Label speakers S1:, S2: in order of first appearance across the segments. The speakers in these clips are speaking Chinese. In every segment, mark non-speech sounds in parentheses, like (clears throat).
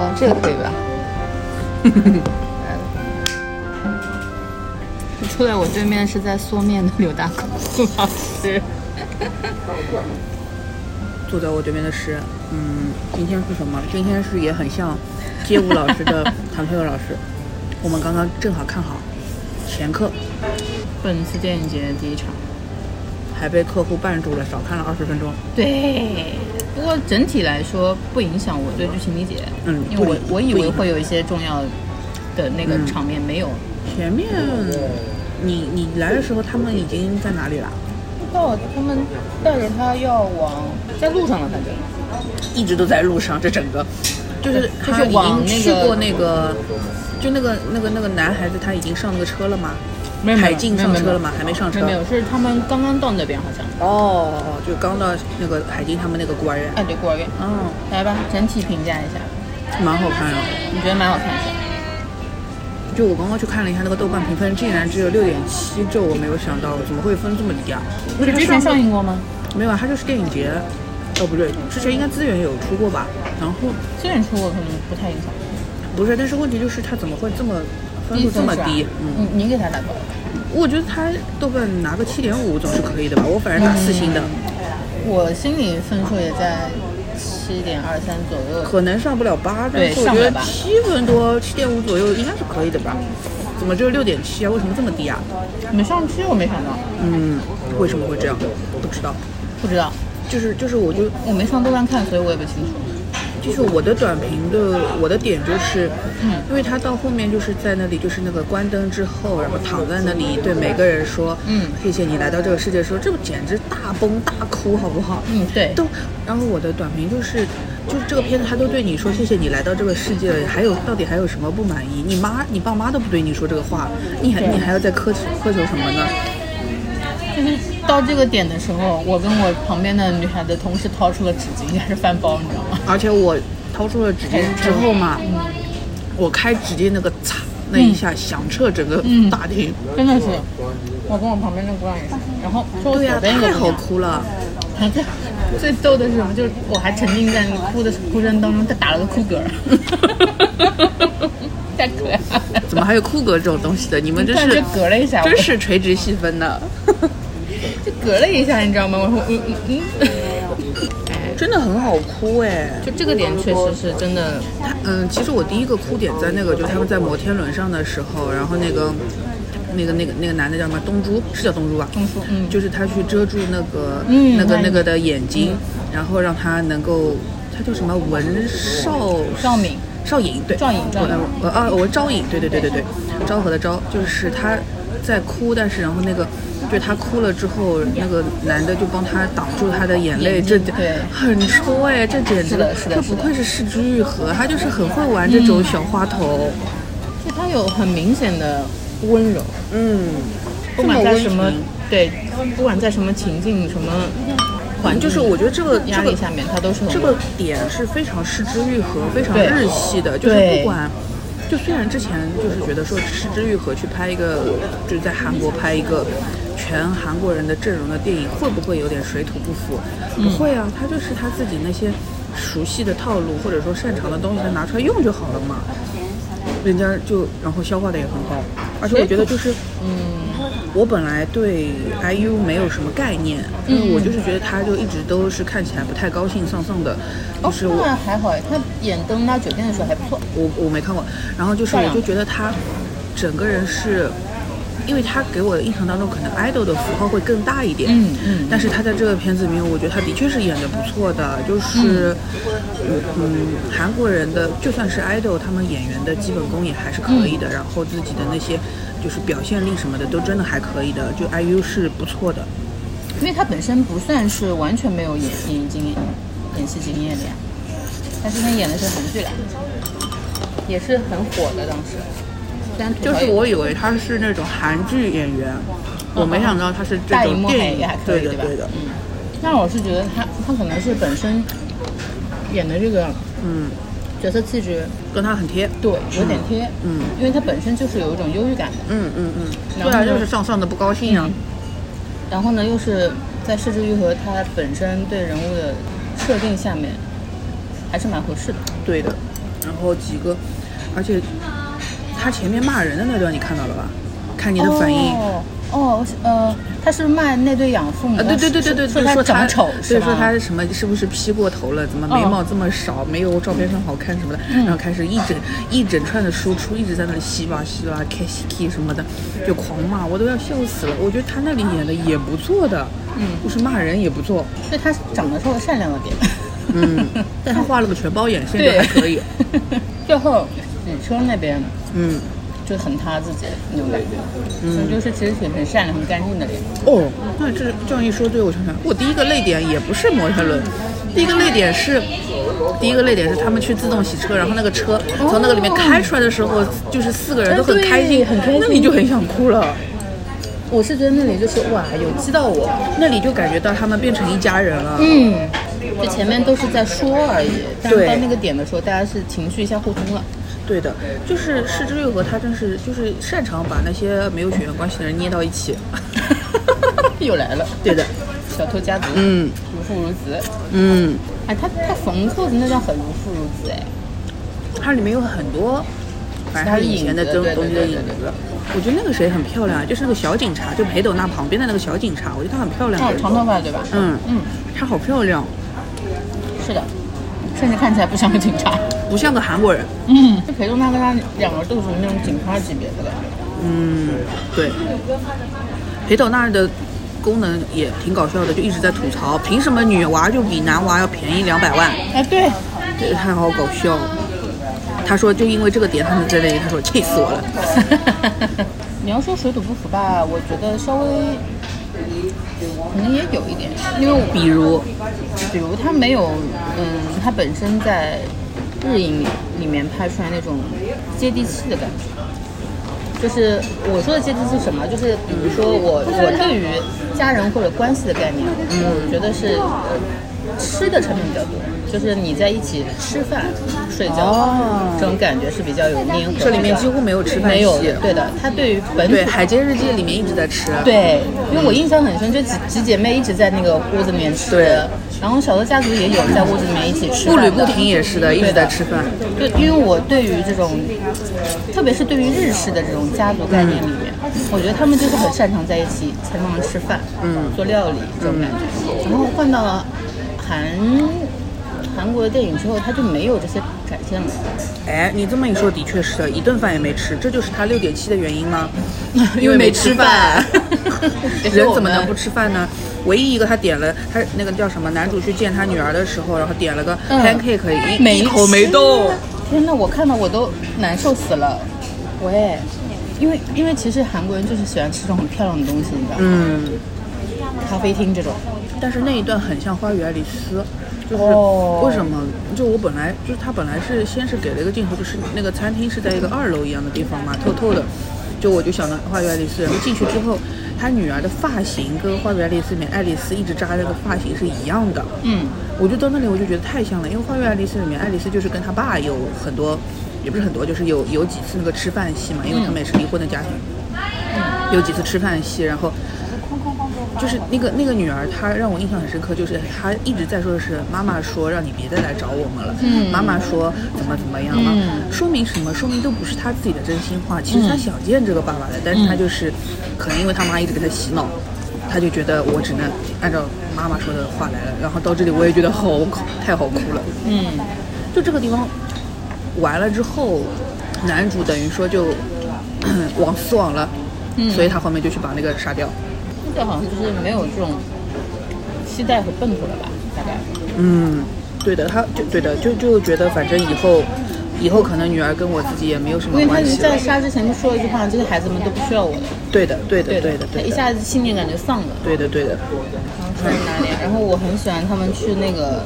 S1: 哦这个可以吧？ (laughs) 坐在我对面是在嗦面的刘大空老师。
S2: 坐在我对面的是，嗯，今天是什么？今天是也很像街舞老师的唐飘老师。我们刚刚正好看好前课，
S1: 本次电影节第一场。
S2: 还被客户绊住了，少看了二十分钟。
S1: 对，不过整体来说不影响我对剧情理解。
S2: 嗯
S1: 因为
S2: 不
S1: 我
S2: 影
S1: 我以
S2: 不
S1: 为会
S2: 影响
S1: 有一些重要的那个场面没有。
S2: 前面你你来的时候，他们已经在哪里了？
S1: 到他们带着他要往在路上了，反正
S2: 一直都在路上，这整个就是
S1: 就是
S2: 他已
S1: 往
S2: 经
S1: 那
S2: 去
S1: 个
S2: 过那个，就那个那个那个男孩子，他已经上那个车了吗？
S1: 没
S2: 海静上车了吗？还没上车。
S1: 没有，是他们刚刚到那边好像。
S2: 哦，就刚到那个海静他们那个孤儿院。
S1: 哎，对，孤儿院。
S2: 嗯，
S1: 来吧，整体评价一下，
S2: 蛮好看啊的。
S1: 你觉得蛮好看的。
S2: 就我刚刚去看了一下那个豆瓣评分，竟然只有六点七，这我没有想到，怎么会分这么低啊？那个
S1: 之前上
S2: 映
S1: 映过吗？
S2: 没有啊？它就是电影节，哦不对，之前应该资源有出过吧？然后
S1: 虽然出过，可能不太影响。
S2: 不是，但是问题就是它怎么会这么分数这
S1: 啊
S2: 么低？嗯，
S1: 你你给他打多少？
S2: 我觉得它豆瓣拿个七点五总是可以的吧？我反正打四星的，
S1: 嗯我心里分数也在七点二三左右。
S2: 可能上不了八，但
S1: 对
S2: 是我
S1: 上
S2: 觉
S1: 不了
S2: 得
S1: 八
S2: 七分多、七点五左右应该是可以的吧？怎么只有六点七啊？为什么这么低啊？
S1: 没上去，我没想到，
S2: 嗯，为什么会这样？不知道，
S1: 不知道，
S2: 就是就是我就
S1: 我没上豆瓣看，所以我也不清楚。
S2: 就是我的短评的我的点就是，
S1: 嗯
S2: 因为他到后面就是在那里就是那个关灯之后，然后躺在那里对每个人说，
S1: 嗯
S2: 谢谢你来到这个世界的时候，这简直大崩大哭好不好？
S1: 嗯，对，
S2: 都，然后我的短评就是，就是这个片子他都对你说谢谢你来到这个世界，还有到底还有什么不满意？你妈你爸妈都不对你说这个话，你还
S1: 对
S2: 你还要再苛求苛求什么呢？
S1: 就是到这个点的时候，我跟我旁边的女孩子同时掏出了纸巾， (laughs) 开始翻包，你知道吗？
S2: 而且我掏出了纸
S1: 嗯
S2: 巾之后嘛，我开纸巾那个嚓那一下响彻整个
S1: 嗯
S2: 大厅，
S1: 真的是，我跟我旁边那姑娘也是，然后说我
S2: 对呀、啊
S1: 左边一个
S2: 太
S1: 姑
S2: 好
S1: 娘，
S2: 哭了。
S1: 然后 (laughs) 最逗的是什么？就是我还沉浸在那个哭的哭声当中，他打了个哭 (laughs) 嗝儿，太可爱了，
S2: 怎么还有酷哥这种东西的？你们真
S1: 突然
S2: 是
S1: 就嗝了一下，我
S2: 真是垂直细分的，
S1: 就嗝了一下，你知道吗？我说嗯嗯嗯，
S2: 真的很好哭哎。
S1: (laughs) 就这个点确实是真的，
S2: 嗯，其实我第一个哭点在那个，就是他们在摩天轮上的时候，然后那个。那个、那个、那个男的叫什么？东珠是叫东珠吧？
S1: 东珠嗯
S2: 就是他去遮住那个、
S1: 嗯
S2: 那个、嗯
S1: 那
S2: 那个的眼睛，然后让他能够，他叫什么？文少
S1: 赵敏
S2: 赵颖对，
S1: 赵颖赵颖
S2: 呃啊，我昭颖，对对对对对，昭和的昭，就是他在哭，但是然后那个，就是他哭了之后，那个男的就帮他挡住他的眼泪，
S1: 眼
S2: 这
S1: 睛对
S2: 很戳哎，这简直
S1: 是的是的
S2: 这
S1: 是
S2: 不
S1: 的嗯
S2: 愧是市之愈合，他就是很会玩这种小花头，
S1: 就他有很明显的温柔，
S2: 嗯，
S1: 不管在什么
S2: 这么温情
S1: 对，不管在什么情境、什么环境，
S2: 就是我觉得这个
S1: 压
S2: 这
S1: 力
S2: 个
S1: 下面，他都是很
S2: 这个点是非常失之愈合、非常
S1: 对
S2: 日系的，就是
S1: 对
S2: 不管。就虽然之前就是觉得说失之愈合去拍一个，就是在韩国拍一个全韩国人的阵容的电影，会不会有点水土不服？
S1: 嗯
S2: 不会啊，他就是他自己那些熟悉的套路或者说擅长的东西，他拿出来用就好了嘛。人家就然后消化的也很好，而且我觉得就是我本来对 IU 没有什么概念，因为我就是觉得他就一直都是看起来不太高兴丧丧的，就
S1: 哦
S2: 是，我
S1: 那还好哎，他演《灯拉酒店》的时候还不错，
S2: 我我没看过，然后就是我就觉得他整个人是，因为他给我的印象当中可能 idol 的符号会更大一点，
S1: 嗯嗯
S2: 但是他在这个片子里面，我觉得他的确是演的不错的，就是嗯韩国人的就算是 idol，他们演员的基本功也还是可以的，然后自己的那些就是表现力什么的都真的还可以的，就 IU 是不错的。
S1: 因为他本身不算是完全没有演演经验、演戏经验的呀。他之前演的是韩剧来，也是很火的当时。虽然吐槽
S2: 就
S1: 也
S2: 是我以为他是那种韩剧演员，我没想到他是这
S1: 大荧
S2: 种
S1: 幕
S2: 电
S1: 也
S2: 影
S1: 还，可
S2: 对
S1: 以，
S2: 的
S1: 吧？
S2: 对的，
S1: 嗯。但我是觉得他他可能是本身演的这个
S2: 嗯，
S1: 角色气质
S2: 跟他很贴，
S1: 对有点贴，
S2: 嗯，
S1: 因为他本身就是有一种忧郁感的，
S2: 嗯嗯嗯，对
S1: 然后
S2: 啊，
S1: 呢嗯
S2: 就是上上的不高兴啊，
S1: 然后呢又是在《失之愈合》他本身对人物的设定下面，还是蛮合适的。
S2: 对的，然后几个，而且他前面骂人的那段你看到了吧？看你的反应。
S1: 哦哦，呃，他是骂那对养父母
S2: 啊，
S1: 的，
S2: 对对对对对，
S1: 说
S2: 就是
S1: 他
S2: 说
S1: 长
S2: 他
S1: 得丑，
S2: 对，
S1: 是
S2: 说
S1: 吧哦
S2: 他什么是不是 P 过头了？怎么眉毛这么少，没有照片上好看什么的，
S1: 嗯
S2: 然后开始一整一整串的输出，一直在那里稀巴稀巴 k 西 k 什么的，就狂骂，我都要笑死了。我觉得他那里演的也不错的，嗯，就是骂人也不错，
S1: 所以他长得是个善良的点。 (laughs)
S2: 嗯，但他画了个全包眼线就
S1: 对
S2: 还可以，
S1: 最后雨车那边
S2: 嗯，
S1: 就很他自己那种感觉，嗯所以就是其实挺很善良、很干净的脸。
S2: 哦，那这这样一说，对我想想，我第一个泪点也不是摩天轮，第一个泪点是，第一个泪点是他们去自动洗车，然后那个车从那个里面开出来的时候，就是四个人都很开心，
S1: 哦哎对很开心
S2: 那你就很想哭了，哎
S1: 我是觉得那里就是哇，有激到我。
S2: 那里就感觉到他们变成一家人了。
S1: 嗯，就前面都是在说而已，但是
S2: 对
S1: 到那个点的时候，大家是情绪一下互通了。 (laughs)
S2: 对的，就是市之愈合，他真是就是擅长把那些没有血缘关系的人捏到
S1: (laughs)
S2: 一起。 (laughs)
S1: 又来了，
S2: 对的，
S1: 小偷家族，
S2: 嗯
S1: 如父如子。
S2: 嗯，
S1: 哎，他他缝扣子那段很如父如子哎，
S2: 它里面有很多，反正他以前的东
S1: 其他
S2: 东
S1: 影
S2: 西
S1: 子对对
S2: 的
S1: 对
S2: 影子。我觉得那个谁很漂亮，就是那个小警察，就裴斗娜旁边的那个小警察，我觉得她很漂亮。
S1: 哦，长头发对吧？
S2: 嗯，
S1: 嗯，
S2: 她好漂亮，
S1: 是的，甚至看起来不像个警察。
S2: 不像个韩国人。
S1: 嗯，就裴仲他跟他两个人都是属于那种警察级别的了。
S2: 嗯，对。裴斗娜的功能也挺搞笑的，就一直在吐槽，凭什么女娃就比男娃要便宜两百万？
S1: 哎，对， (laughs)
S2: 对，她好搞笑。她说就因为这个点，他们在那里，她说气死我了。
S1: (laughs) 你要说水土不服吧，我觉得稍微可能也有一点，因为我
S2: 比如，
S1: 比如他没有，嗯，他本身在日影里面拍出来那种接地气的感觉。就是我说的接地气是什么？就是比如说我我对于家人或者关系的概念，嗯我觉得是呃吃的成分比较多，就是你在一起吃饭、睡觉、
S2: 哦
S1: 这种感觉是比较有粘合的。
S2: 这里面几乎没有吃饭
S1: 没有
S2: 戏
S1: 的，对的。他对于本土
S2: 对《海街日记》里面一直在吃。
S1: 对，因为我印象很深，就几几姐妹一直在那个屋子里面吃，
S2: 对
S1: 然后小偷家族也有在屋子里面一起吃，
S2: 步履不停。也是的，一直在吃饭。
S1: 就因为我对于这种，特别是对于日式的这种家族概念里面，我觉得他们就是很擅长在一起才能吃饭，
S2: 嗯
S1: 做料理这种感觉。然后换到了韩韩国的电影之后，他就没有这些展现了。
S2: 哎，你这么一说，的确是的，啊一顿饭也没吃，这就是他六点七的原 (laughs) 因吗？
S1: 因为没吃 (laughs) 饭也是
S2: 人
S1: 我
S2: 怎么能
S1: 们
S2: 不吃饭呢？唯一一个他点了，他那个叫什么？男主去见他女儿的时候，然后点了个
S1: 嗯
S2: pancake，、
S1: 没
S2: 一一口没
S1: 吃
S2: 动。
S1: 天呐，我看到我都难受死了。喂，因为因为其实韩国人就是喜欢吃这种很漂亮的东西，你知道吗？
S2: 嗯，
S1: 咖啡厅这种。
S2: 但是那一段很像花与爱丽丝，就是
S1: 哦
S2: 为什么？就我本来就是他本来是先是给了一个镜头，就是那个餐厅是在一个二楼一样的地方嘛，透透的。就我就想到花与爱丽丝，然后进去之后，他女儿的发型跟花与爱丽丝里面爱丽丝一直扎那个发型是一样的。
S1: 嗯，
S2: 我就到那里我就觉得太像了，因为花与爱丽丝里面爱丽丝就是跟她爸有很多，也不是很多，就是有有几次那个吃饭戏嘛，因为他们也是离婚的家庭。
S1: 嗯
S2: 有几次吃饭戏，然后就是那个那个女儿，她让我印象很深刻，就是她一直在说的是妈妈说让你别再来找我们了，
S1: 嗯
S2: 妈妈说怎么怎么样嘛，说明什么？说明都不是她自己的真心话。其实她想见这个爸爸的，但是她就是可能因为她妈一直给她洗脑。她就觉得我只能按照妈妈说的话来了，然后到这里我也觉得好哭，太好哭了。
S1: 嗯，
S2: 就这个地方完了之后，男主等于说就 (clears throat) 往死往了，
S1: 嗯
S2: 所以他后面就去把那个杀掉。
S1: 那个好像就是没有这种期待和奔头了吧？大概。
S2: 嗯，对的，他就对的，就就觉得反正以后以后可能女儿跟我自己也没有什
S1: 因
S2: 么
S1: 为他
S2: 关系了
S1: 在。杀之前就说了一句话，这些孩子们都不需要我的。
S2: 对的，对的，对
S1: 的
S2: 的，，
S1: 他
S2: 对
S1: 一
S2: 的，
S1: 下子信念感就丧了。
S2: 对的，对的。
S1: 然后说哪里啊？然后我很喜欢他们去那个，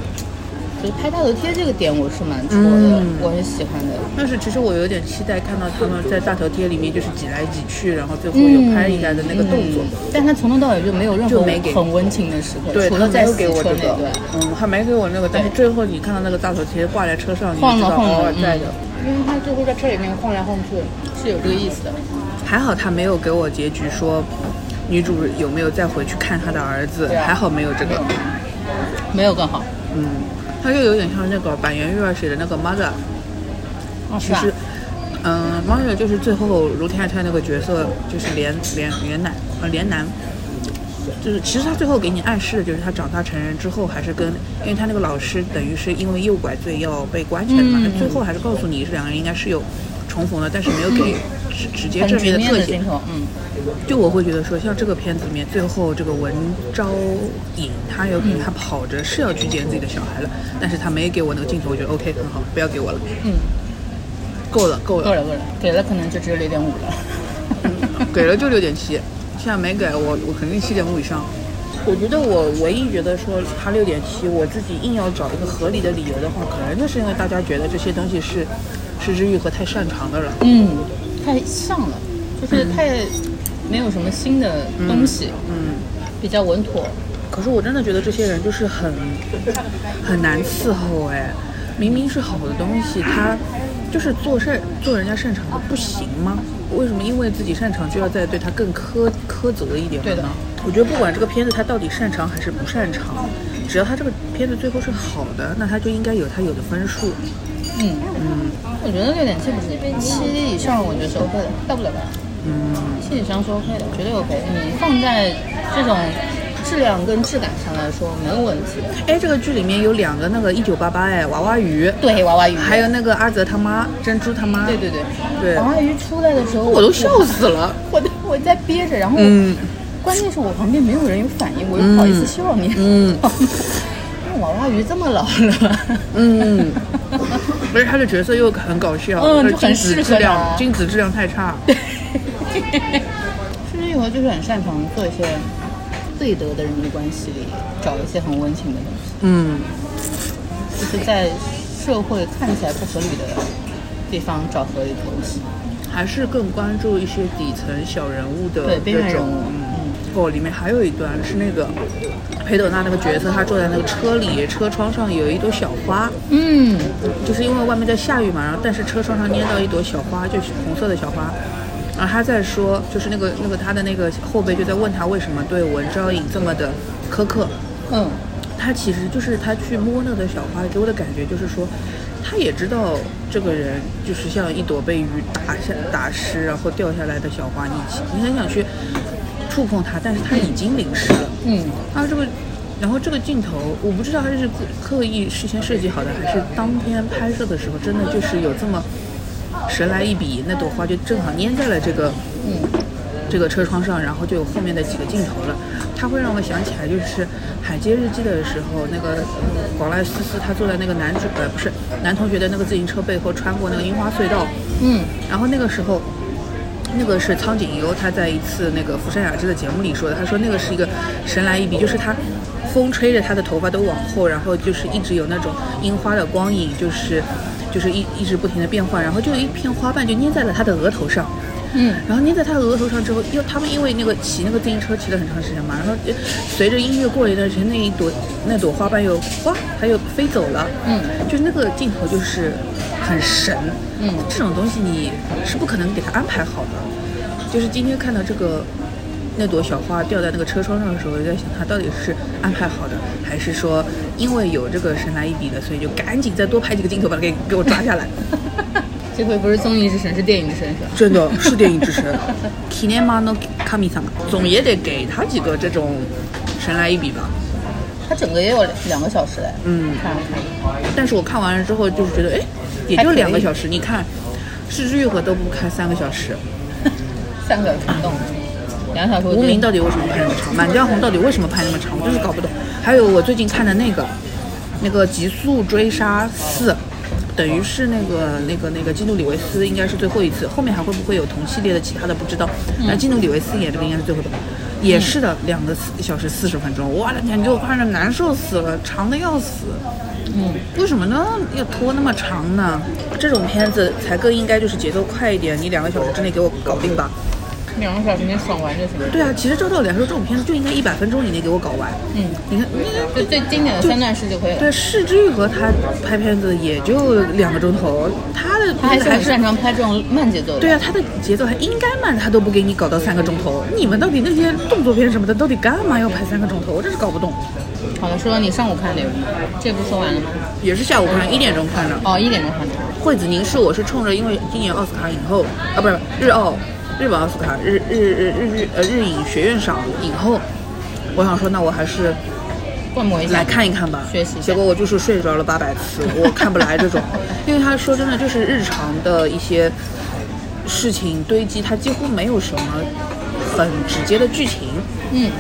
S1: 就是拍大头贴这个点，我是蛮戳的，
S2: 嗯
S1: 我很喜欢的。
S2: 但是其实我有点期待看到他们在大头贴里面就是挤来挤去，然后最后有拍一下的那个动作。
S1: 嗯但他从头到尾就没有任何
S2: 就没给
S1: 很温情的时刻，
S2: 对，
S1: 除
S2: 他
S1: 了在
S2: 没有
S1: 洗
S2: 给
S1: 车
S2: 我这
S1: 那
S2: 个
S1: 段，
S2: 嗯，他没给我那个，但是最后你看到那个大头贴挂在车上，你就
S1: 晃
S2: 知
S1: 了
S2: 道
S1: 晃
S2: 偶
S1: 了
S2: 尔，哦在的。
S1: 嗯，因为他最后在这里面晃来晃去，是有这个意思的。
S2: 还好他没有给我结局说女主有没有再回去看她的儿子，
S1: 对啊
S2: 还好没有这个。
S1: 没有更好，
S2: 嗯，他就有点像那个板垣瑞儿写的那个 Mother，
S1: 哦是
S2: 其
S1: 吧
S2: 实，嗯、呃、，Mario 就是最后如天爱推那个角色，就是连连连男呃连男，就是其实他最后给你暗示的就是他长大成人之后还是跟，因为他那个老师等于是因为诱拐罪要被关起来的嘛，他最
S1: 嗯
S2: 后还是告诉你这两个人应该是有重逢的，但是没有给直直接
S1: 嗯很
S2: 正
S1: 直
S2: 面的
S1: 面
S2: 特
S1: 的
S2: 写
S1: 镜。头，嗯，
S2: 就我会觉得说，像这个片子里面，最后这个文昭颖，她有可能她跑着是要去见自己的小孩了，但是她没给我那个镜头，我觉得 OK 很好，不要给我了，
S1: 嗯，
S2: 够了够
S1: 够
S2: 了，
S1: 了够了，给了可能就只有六点五
S2: (laughs)
S1: 了。
S2: 给了就六点七，现在没给我，我肯定七点五以上。我觉得我唯一觉得说他六点七，我自己硬要找一个合理的理由的话，可能就是因为大家觉得这些东西是是日语和太擅长的了。
S1: 嗯，太像了，就是太没有什么新的东西，
S2: 嗯，
S1: 比较稳妥。
S2: 可是我真的觉得这些人就是很很难伺候哎，明明是好的东西，他就是做事做人家擅长的不行吗？为什么因为自己擅长就要再对他更苛苛责一点
S1: 对的
S2: 呢？我觉得不管这个片子他到底擅长还是不擅长，只要他这个片子最后是好的，那他就应该有他有的分数。
S1: 嗯嗯，我觉得六点七不是七以上，我觉得是 OK 的，到不了吧？
S2: 嗯，
S1: 七以上是 OK 的，绝对 OK。你放在这种质量跟质感上来说，没有问题的。
S2: 哎，这个剧里面有两个那个一九八八哎娃娃鱼，
S1: 对，娃娃鱼，
S2: 还有那个阿泽他妈珍珠他妈，
S1: 对对对
S2: 对
S1: 娃娃鱼出来的时候，
S2: 我都笑死了。
S1: (laughs) 我都我在憋着，然后我、
S2: 嗯
S1: 关键是我旁边没有人有反应，我又不好意思笑你。 (laughs)
S2: 嗯，
S1: 那娃娃鱼这么老了，
S2: 嗯， (laughs) 而且他的角色又很搞笑，
S1: 嗯
S2: 那
S1: 就很
S2: 精子
S1: 适合
S2: 质量
S1: 他
S2: 精子质量太差。
S1: 是不是以后就是很擅长做一些对德的人际关系里找一些很温情的东西，
S2: 嗯，
S1: 就是在社会看起来不合理的地方找合理的东西。
S2: 还是更关注一些底层小人物的
S1: 对边缘
S2: 这种
S1: 人物
S2: 嗯，哦，里面还有一段是那个裴斗娜那个角色，她坐在那个车里，车窗上有一朵小花，
S1: 嗯，
S2: 就是因为外面在下雨嘛，然后但是车窗上捏到一朵小花，就是红色的小花。然后他在说，就是那个那个他的那个后辈就在问他为什么对文昭颖这么的苛刻，
S1: 嗯，
S2: 他其实就是他去摸那个小花，给我的感觉就是说，他也知道这个人就是像一朵被雨打下打湿然后掉下来的小花，你你很想去触碰它，但是它已经淋湿了。
S1: 嗯，
S2: 啊，这个，然后这个镜头，我不知道他是故刻意事先设计好的，还是当天拍摄的时候真的就是有这么神来一笔，那朵花就正好粘在了这个，嗯，这个车窗上，然后就有后面的几个镜头了。它会让我想起来，就是《海街日记》的时候，那个呃广濑丝丝她坐在那个男主呃不是男同学的那个自行车背后，穿过那个樱花隧道，
S1: 嗯，
S2: 然后那个时候，那个是苍井优他在一次那个福山雅治的节目里说的，他说那个是一个神来一笔，就是他风吹着他的头发都往后，然后就是一直有那种樱花的光影，就是就是一一直不停的变换，然后就有一片花瓣就粘在了他的额头上。
S1: 嗯，
S2: 然后粘在他的额头上之后，因为他们因为那个骑那个自行车骑了很长时间嘛，然后呃随着音乐过了一段时间，那一朵那朵花瓣又哗，它又飞走了。
S1: 嗯，
S2: 就是那个镜头就是很神。
S1: 嗯
S2: 这种东西你是不可能给他安排好的。就是今天看到这个那朵小花掉在那个车窗上的时候，我就在想他到底是安排好的，还是说因为有这个神来一笔的，所以就赶紧再多拍几个镜头把它给给我抓下来。
S1: 这回不是综艺之神，是啊电影之神是吧？
S2: 真的是电影之 (laughs) 神 k i n e m a no Kami 总也得给他几个这种神来一笔吧。
S1: 它整个也有两个小时嘞，
S2: 嗯
S1: 看了看，
S2: 但是我看完了之后，就是觉得，哎，也就两个小时。你看，是之愈合都不看三个小时，
S1: 三个小时动，两个小时我觉得
S2: 无名到底为什么拍那么长？满江红到底为什么拍那么长？我就是搞不懂。还有我最近看的那个，那个《极速追杀四》，等于是那个那个那个基努里维斯应该是最后一次，后面还会不会有同系列的其他的不知道。那、基努里维斯演这个应该是最后的，也是的，两个四小时四十分钟，哇，那天给我看着难受死了，长的要死。嗯，为什么呢？要拖那么长呢？这种片子才更应该就是节奏快一点，你两个小时之内给我搞定吧。
S1: 两个小时你爽完就行了。
S2: 对啊，其实照道理来说，这种片子就应该一百分钟以内给我搞完。
S1: 嗯，
S2: 你看，
S1: 就最经典的三段式就可以了。
S2: 对啊释之愈合他拍片子也就两个钟头，他的
S1: 他还
S2: 片子
S1: 是
S2: 还
S1: 很
S2: 是
S1: 擅长拍这种慢节奏的。
S2: 对啊，他的节奏还应该慢，他都不给你搞到三个钟头。你们到底那些动作片什么的，到底干嘛要拍三个钟头？我真是搞不懂。
S1: 好了，说到你上午看的有什么？这不说完了吗？
S2: 也是下午看，一点钟看的。
S1: 哦，一点钟看的。
S2: 惠子宁是我是冲着因为今年奥斯卡影后啊，不是日奥日本奥斯卡日日日日日呃日影学院赏影后，我想说那我还是
S1: 观摩一下，
S2: 来看一看吧，
S1: 学习一下
S2: 结果我就是睡着了八百次， (laughs) 我看不来这种，因为他说真的，就是日常的一些事情堆积，它几乎没有什么很直接的剧情，
S1: 嗯，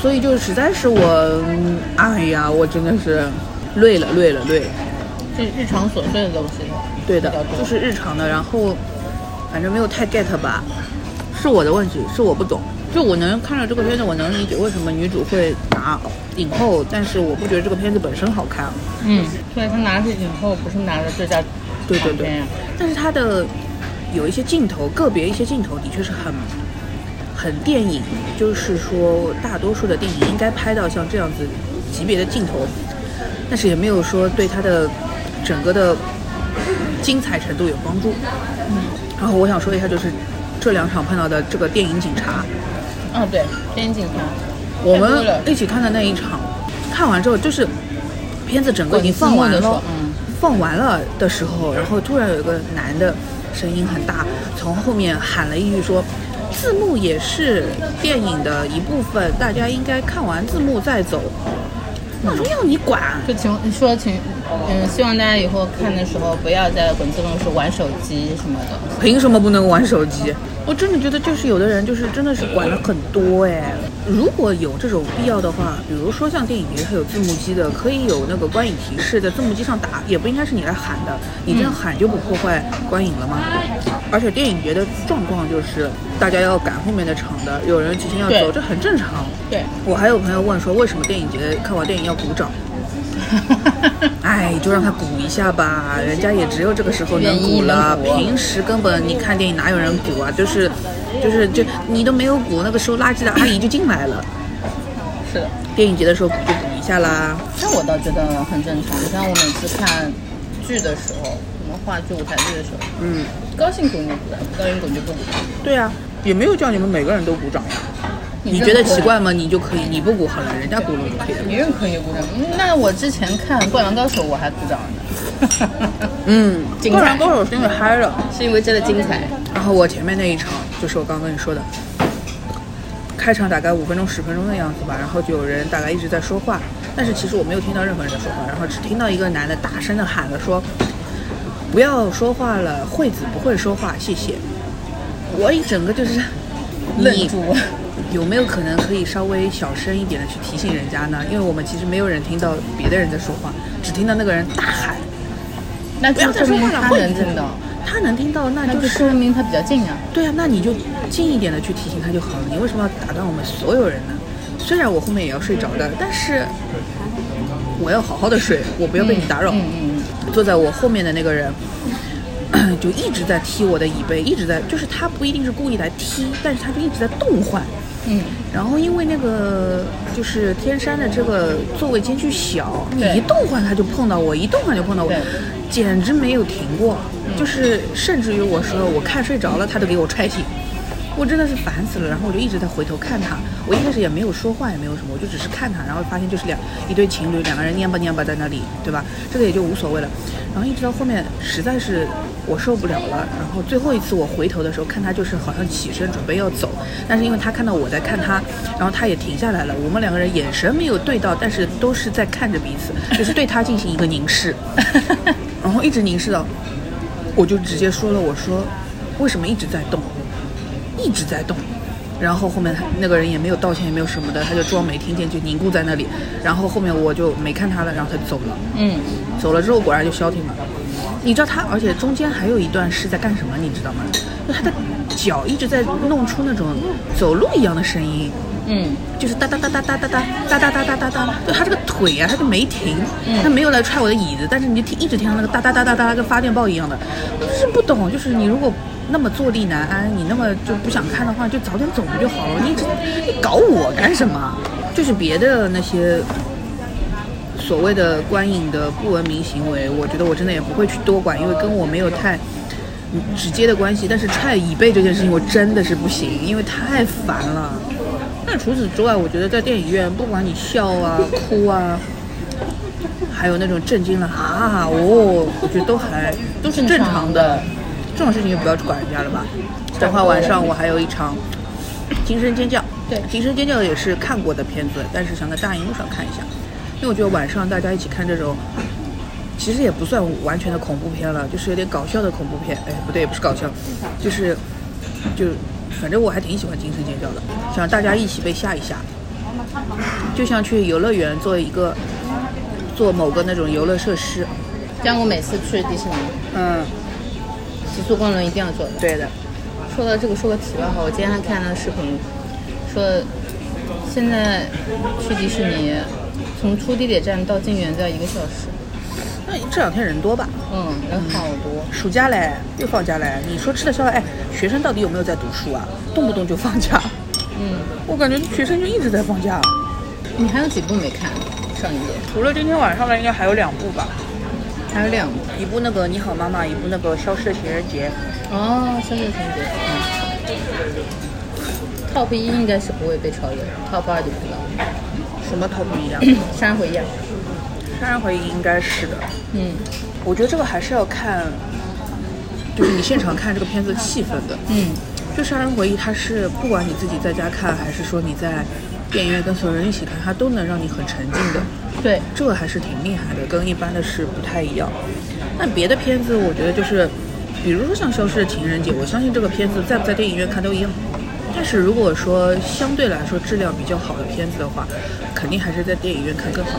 S2: 所以就实在是我，嗯哎呀，我真的是累了，累了，累了。
S1: 就日常琐碎的东西。
S2: 对的
S1: 比较，多
S2: 就是日常的，然后反正没有太 get 吧，是我的问题，是我不懂。就我能看了这个片子，我能理解为什么女主会拿影后，但是我不觉得这个片子本身好看。啊
S1: 嗯，对他拿的是影后，不是拿的最佳
S2: 对对
S1: 长
S2: 对
S1: 片啊呀，
S2: 但是它的有一些镜头，个别一些镜头的确是很很电影，就是说大多数的电影应该拍到像这样子级别的镜头，但是也没有说对它的整个的精彩程度有帮助。然后我想说一下，就是这两场碰到的这个电影警察，
S1: 啊，对，电影警察，
S2: 我
S1: 太多
S2: 们
S1: 了
S2: 一起看的那一场，看完之后就是片子整个已经放完
S1: 滚字幕的说，
S2: 了
S1: 嗯
S2: 放完了的时候，然后突然有一个男的声音很大，从后面喊了一句说。字幕也是电影的一部分，大家应该看完字幕再走。我说要你管，
S1: 就请你说请，嗯，希望大家以后看的时候不要在滚字幕的时候玩手机什么的。
S2: 凭什么不能玩手机？我真的觉得，就是有的人就是真的是管了很多哎。如果有这种必要的话，比如说像电影节它有字幕机的，可以有那个观影提示在字幕机上打，也不应该是你来喊的，你这样喊就不破坏观影了吗？而且电影节的状况就是大家要赶后面的场的，有人提前要
S1: 对
S2: 走，这很正常。
S1: 对， (laughs)
S2: 我还有朋友问说，为什么电影节看完电影要鼓掌？哎，就让他鼓一下吧，人家也只有这个时候能鼓了，
S1: 愿意能鼓
S2: 平时根本你看电影哪有人鼓啊？就是，就是就你都没有鼓，那个时候垃圾的阿姨就进来了。
S1: 是的。
S2: 电影节的时候鼓就鼓一下啦。
S1: 那我倒觉得很正常。像我每次看剧的时候，什么话剧、舞台剧的时候，
S2: 嗯，
S1: 高兴滚就鼓掌，不高兴滚就不鼓掌。
S2: 对啊，也没有叫你们每个人都鼓掌呀。啊你觉
S1: 认
S2: 得
S1: 可
S2: 奇？怪吗？你就可以，你不鼓好了，人家鼓了就可以了。
S1: 你认可你鼓掌？嗯那我之前看《灌篮高手》，我还鼓掌 (laughs) 呢。
S2: 嗯，
S1: 精彩
S2: 灌篮高手是因为嗨了。
S1: 是因为真的精彩。
S2: 然后我前面那一场就是我刚跟你说的，开场大概五分钟十分钟的样子吧，然后就有人大概一直在说话，但是其实我没有听到任何人在说话，然后只听到一个男的大声的喊了说：“不要说话了，惠子不会说话，谢谢。”我一整个就是
S1: 愣住。
S2: 有没有可能可以稍微小声一点的去提醒人家呢？因为我们其实没有人听到别的人在说话，只听到那个人大喊
S1: 那：“
S2: 不要
S1: 就
S2: 再
S1: 证
S2: 说
S1: 明
S2: 话了，
S1: 他
S2: 惠
S1: 能
S2: 子
S1: 听到，。”
S2: 他能听到，那
S1: 那
S2: 就
S1: 就是说明他比较近啊。
S2: 对啊，那你就近一点的去提醒他就好了。你为什么要打断我们所有人呢？虽然我后面也要睡着的，但是我要好好的睡，我不要被你打扰。
S1: 嗯嗯
S2: 坐在我后面的那个人 (clears throat) 就一直在踢我的椅背，一直在，就是他不一定是故意来踢，但是他就一直在动换。
S1: 嗯，
S2: 然后因为那个就是天山的这个座位间距小，你
S1: 对
S2: 一动换它就碰到我，一动换就碰到我
S1: 对，
S2: 简直没有停过。就是甚至于我说我看睡着了，他都给我踹醒，我真的是烦死了。然后我就一直在回头看他，我一开始也没有说话，也没有什么，我就只是看他，然后发现就是两一对情侣，两个人蔫吧蔫吧在那里，对吧？这个也就无所谓了。然后一直到后面实在是我受不了了，然后最后一次我回头的时候看他就是好像起身准备要走，但是因为他看到我在看他，然后他也停下来了，我们两个人眼神没有对到，但是都是在看着彼此，就是对他进行一个凝视，然后一直凝视到，我就直接说了，我说为什么一直在动，一直在动。然后后面他那个人也没有道歉，也没有什么的，他就装没听见，就凝固在那里。然后后面我就没看他了，然后他就走了。
S1: 嗯，
S2: 走了之后果然就消停了。你知道他，而且中间还有一段是在干什么，你知道吗？就他的脚一直在弄出那种走路一样的声音，
S1: 嗯，
S2: 就是哒哒哒哒哒哒哒哒哒哒哒哒哒。就他这个腿啊，他就没停，他没有来踹我的椅子，但是你就听一直听到那个哒哒哒哒哒，跟发电报一样的。就是不懂，就是你如果那么坐立难安，你那么就不想看的话，就早点走不就好了？你这你搞我干什么？就是别的那些所谓的观影的不文明行为，我觉得我真的也不会去多管，因为跟我没有太嗯直接的关系。但是踹椅背这件事情，我真的是不行，因为太烦了。那除此之外，我觉得在电影院，不管你笑啊、哭啊，还有那种震惊了啊哦，我觉得都还
S1: 都是
S2: 正常的，这种事情就不要去管人家了吧。等会儿晚上我还有一场《惊声尖叫》，
S1: 对
S2: 《惊声尖叫》也是看过的片子，但是想在大荧幕上看一下，因为我觉得晚上大家一起看这种。其实也不算完全的恐怖片了，就是有点搞笑的恐怖片。哎，不对，不是搞笑，就是就反正我还挺喜欢《惊声尖叫》的，想大家一起被吓一吓，就像去游乐园做一个做某个那种游乐设施。
S1: 像我每次去迪士尼，
S2: 嗯，
S1: 极速光轮一定要坐的。
S2: 对的。
S1: 说到这个，说个题外话，我今天还看了视频，说现在去迪士尼，从出地铁站到进园子要一个小时，
S2: 那这两天人多吧？
S1: 嗯，人好多。
S2: 暑假嘞，又放假嘞。你说吃得消了？哎，学生到底有没有在读书啊？动不动就放假，
S1: 嗯，
S2: 我感觉学生就一直在放假。
S1: 你还有几部没看？上一页
S2: 除了今天晚上的，应该还有两部吧？
S1: 还有两部。
S2: 一部那个《你好妈妈》，一部那个《消失的情人节》。
S1: 哦，生日情节。嗯 Top 一应该是不会被超越的，Top 二就不知道了。
S2: 什么头不一样？
S1: (laughs) 山回忆啊，
S2: 杀人回忆应该是的。
S1: 嗯
S2: 我觉得这个还是要看，就是你现场看这个片子气氛的。
S1: 嗯，
S2: 就《杀人回忆》，它是不管你自己在家看，还是说你在电影院跟所有人一起看，它都能让你很沉浸的。
S1: 对，
S2: 这个还是挺厉害的，跟一般的是不太一样。那别的片子，我觉得就是，比如说像《消失的情人节》，我相信这个片子在不在电影院看都一样。但是如果说相对来说质量比较好的片子的话，肯定还是在电影院看更好。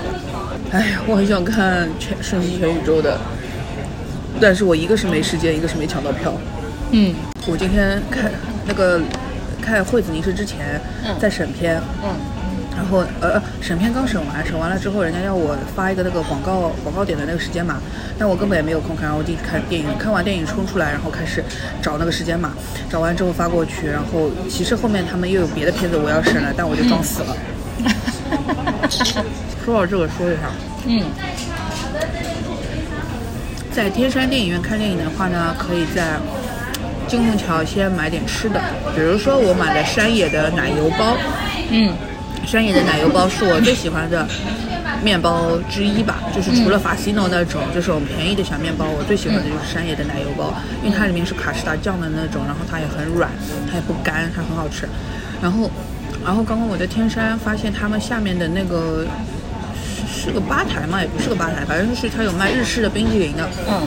S2: 哎呀，我很想看全《瞬息全宇宙》的，但是我一个是没时间，一个是没抢到票。
S1: 嗯
S2: 我今天看那个看《惠子凝视》之前
S1: 嗯，
S2: 在审片，
S1: 嗯
S2: 然后呃，审片刚审完，审完了之后，人家要我发一个那个广告广告点的那个时间码，但我根本也没有空看，然后我进去看电影，看完电影冲出来，然后开始找那个时间码，找完之后发过去，然后其实后面他们又有别的片子我要审了，但我就装死
S1: (laughs)
S2: 了。说到这个，说一下，
S1: 嗯，
S2: 在天山电影院看电影的话呢，可以在金虹桥先买点吃的，比如说我买了山野的奶油包，
S1: 嗯
S2: 山野的奶油包是我最喜欢的面包之一吧，就是除了法西诺那种，就是我们便宜的小面包，我最喜欢的就是山野的奶油包，因为它里面是卡士达酱的那种，然后它也很软，它也不干，它很好吃。然后，然后刚刚我在天山发现他们下面的那个是是个吧台嘛，也不是个吧台，反正就是它有卖日式的冰淇淋的。
S1: 嗯，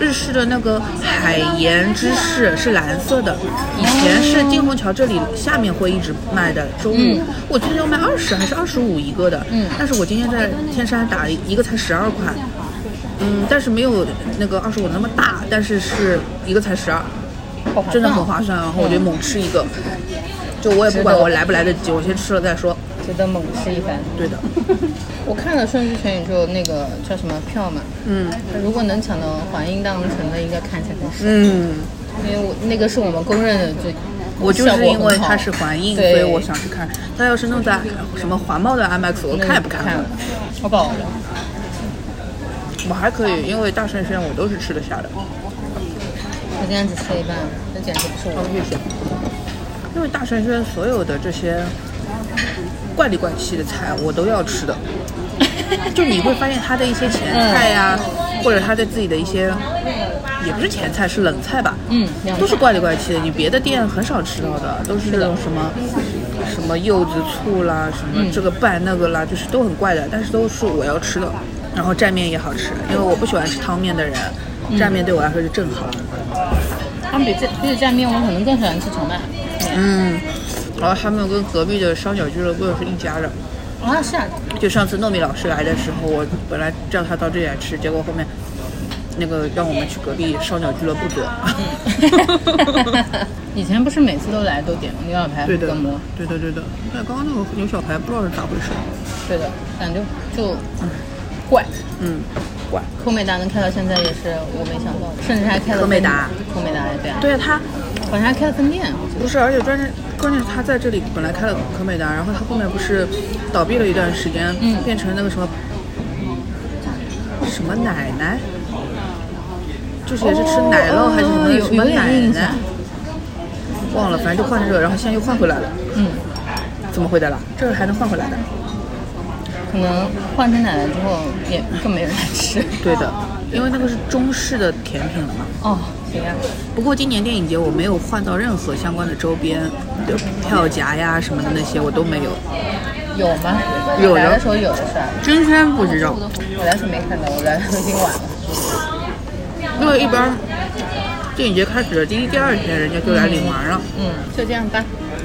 S2: 日式的那个海盐芝士是蓝色的，以前
S1: 哦
S2: 是金虹桥这里下面会一直卖的，中午、我记得要卖二十还是二十五一个的，
S1: 嗯
S2: 但是我今天在天山打了一个才十二块，嗯，但是没有那个二十五那么大，但是是一个才十二，
S1: 好划
S2: 真的很
S1: 算
S2: 划算，然啊后我就猛吃一个，就我也不
S1: 嗯
S2: 管
S1: 值得
S2: 我来不来得及，我先吃了再说，
S1: 值得猛吃一番。
S2: 对
S1: (laughs)
S2: 的，
S1: 我看了《瞬息全宇宙》那个叫什么票嘛，
S2: 嗯
S1: 如果能抢到华映大龙城的，应该看一下再说，
S2: 嗯，
S1: 因为我那个是我们公认的最，
S2: 我就
S1: 效
S2: 是
S1: 果
S2: 因为
S1: 很好
S2: 它是环映，所
S1: 对
S2: 以我想去看，它要是弄在什么环贸的 IMAX，我
S1: 那
S2: 看也
S1: 不
S2: 不看
S1: 嗯看
S2: 了
S1: 了。，我饱了。
S2: 我还可以，因为大圣轩我都是吃得下的。
S1: 我今天只吃了一半，这简直不是
S2: 哦
S1: 我。，
S2: 谢谢。因为大圣轩所有的这些怪里怪气的菜我都要吃的，就你会发现他的一些前菜呀、
S1: 嗯
S2: 或者他的自己的一些，也不是前菜，是冷菜吧，
S1: 嗯，两
S2: 都是怪里怪气的，你别的店很少吃到的，都是这种什么。什么柚子醋啦，什么这个拌那个啦，就是都很怪的，但是都是我要吃的。然后蘸面也好吃，因为我不喜欢吃汤面的人，蘸面对我来说是正好。
S1: 相比这比起蘸面，我可能更喜欢吃荞麦面。
S2: 嗯，然后他们跟隔壁的烧鸟俱乐部是一家的。
S1: 啊，是
S2: (laughs)
S1: 啊，
S2: 就上次糯米老师来的时候，我本来叫他到这里来吃，结果后面那个让我们去隔壁烧鸟俱乐部 (laughs) 做。
S1: 以前不是每次都来都点牛小排
S2: 对
S1: 和隔
S2: 的
S1: 馍，，
S2: 对的，对的。那刚刚那个牛小排不知道是咋回事。
S1: 对的，感觉就怪。
S2: 嗯，怪。
S1: 科美达能开到现在也是我没想到的，甚至还开了
S2: 科美达
S1: 分，科美达对啊，
S2: 对啊，他
S1: 好像还开了分店，我记
S2: 不是，而且关键关键是他在这里本来开了可美达，然后他后面不是倒闭了一段时间，
S1: 嗯
S2: 变成那个什么什么奶奶，就是也是吃奶
S1: 哦
S2: 酪、还是什么
S1: 有
S2: 什么
S1: 有点
S2: 奶
S1: 印象
S2: 奶，忘了，反正就换这个，然后现在又换回来了，
S1: 得嗯，
S2: 怎么回来了？这个还能换回来的？
S1: 可能换成奶奶之后也更没人来吃。
S2: 对的，因为那个是中式的甜品了嘛。
S1: 哦，行啊，
S2: 不过今年电影节我没有换到任何相关的周边的票夹呀什么的那些我都没有。
S1: 有吗？
S2: 有
S1: 我来
S2: 的
S1: 的时候有的是吧？
S2: 真真不知道，
S1: 我来是没看到，我来的已经晚了。
S2: 因为一般电影节开始的第一、第二天人家就来领完了。
S1: 嗯，就这样吧，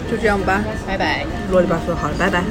S2: 就这样吧，
S1: 拜拜。
S2: 啰里吧嗦好了，拜拜。